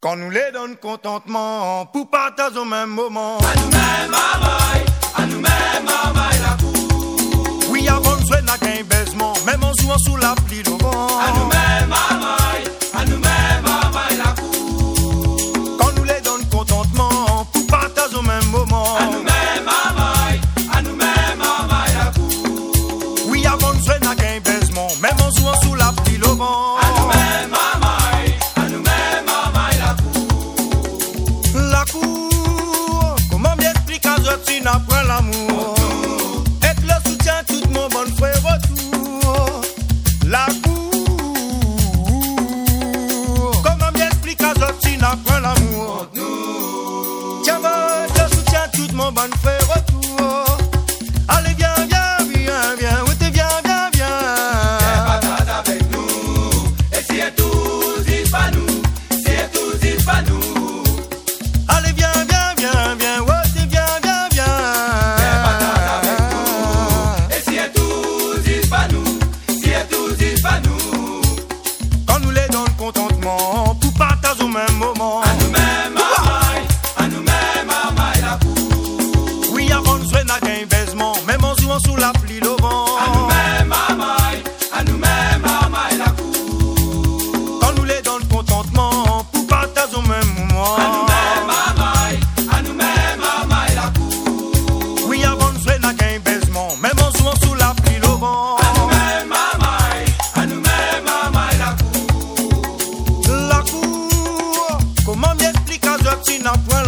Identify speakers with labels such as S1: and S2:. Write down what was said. S1: Qu'on nous les donne contentement pour partager au même moment.
S2: À nous-mêmes, mamaï, à nous-mêmes, mamaï, la cour.
S1: Oui, avant de jouer, n'a qu'un baisement, même en jouant sous la pluie de vent.
S2: À nous-mêmes, mamaï, à nous-mêmes, mamaï, la cour.
S1: Qu'on nous les donne contentement pour partager au même moment.
S2: À nous-mêmes, mamaï, à nous-mêmes, mamaï, la cour.
S1: Oui, avant de jouer, n'a qu'un baisement, même en jouant sous la pluie de vent.
S2: À nous-mêmes, mamaï, à nous-mêmes, mamaï, la cour.
S1: La cour, comment m'expliquer que tu n'apprends l'amour? bah,
S2: Comment m'explique un job qui n'a
S1: é é é é
S2: point
S1: é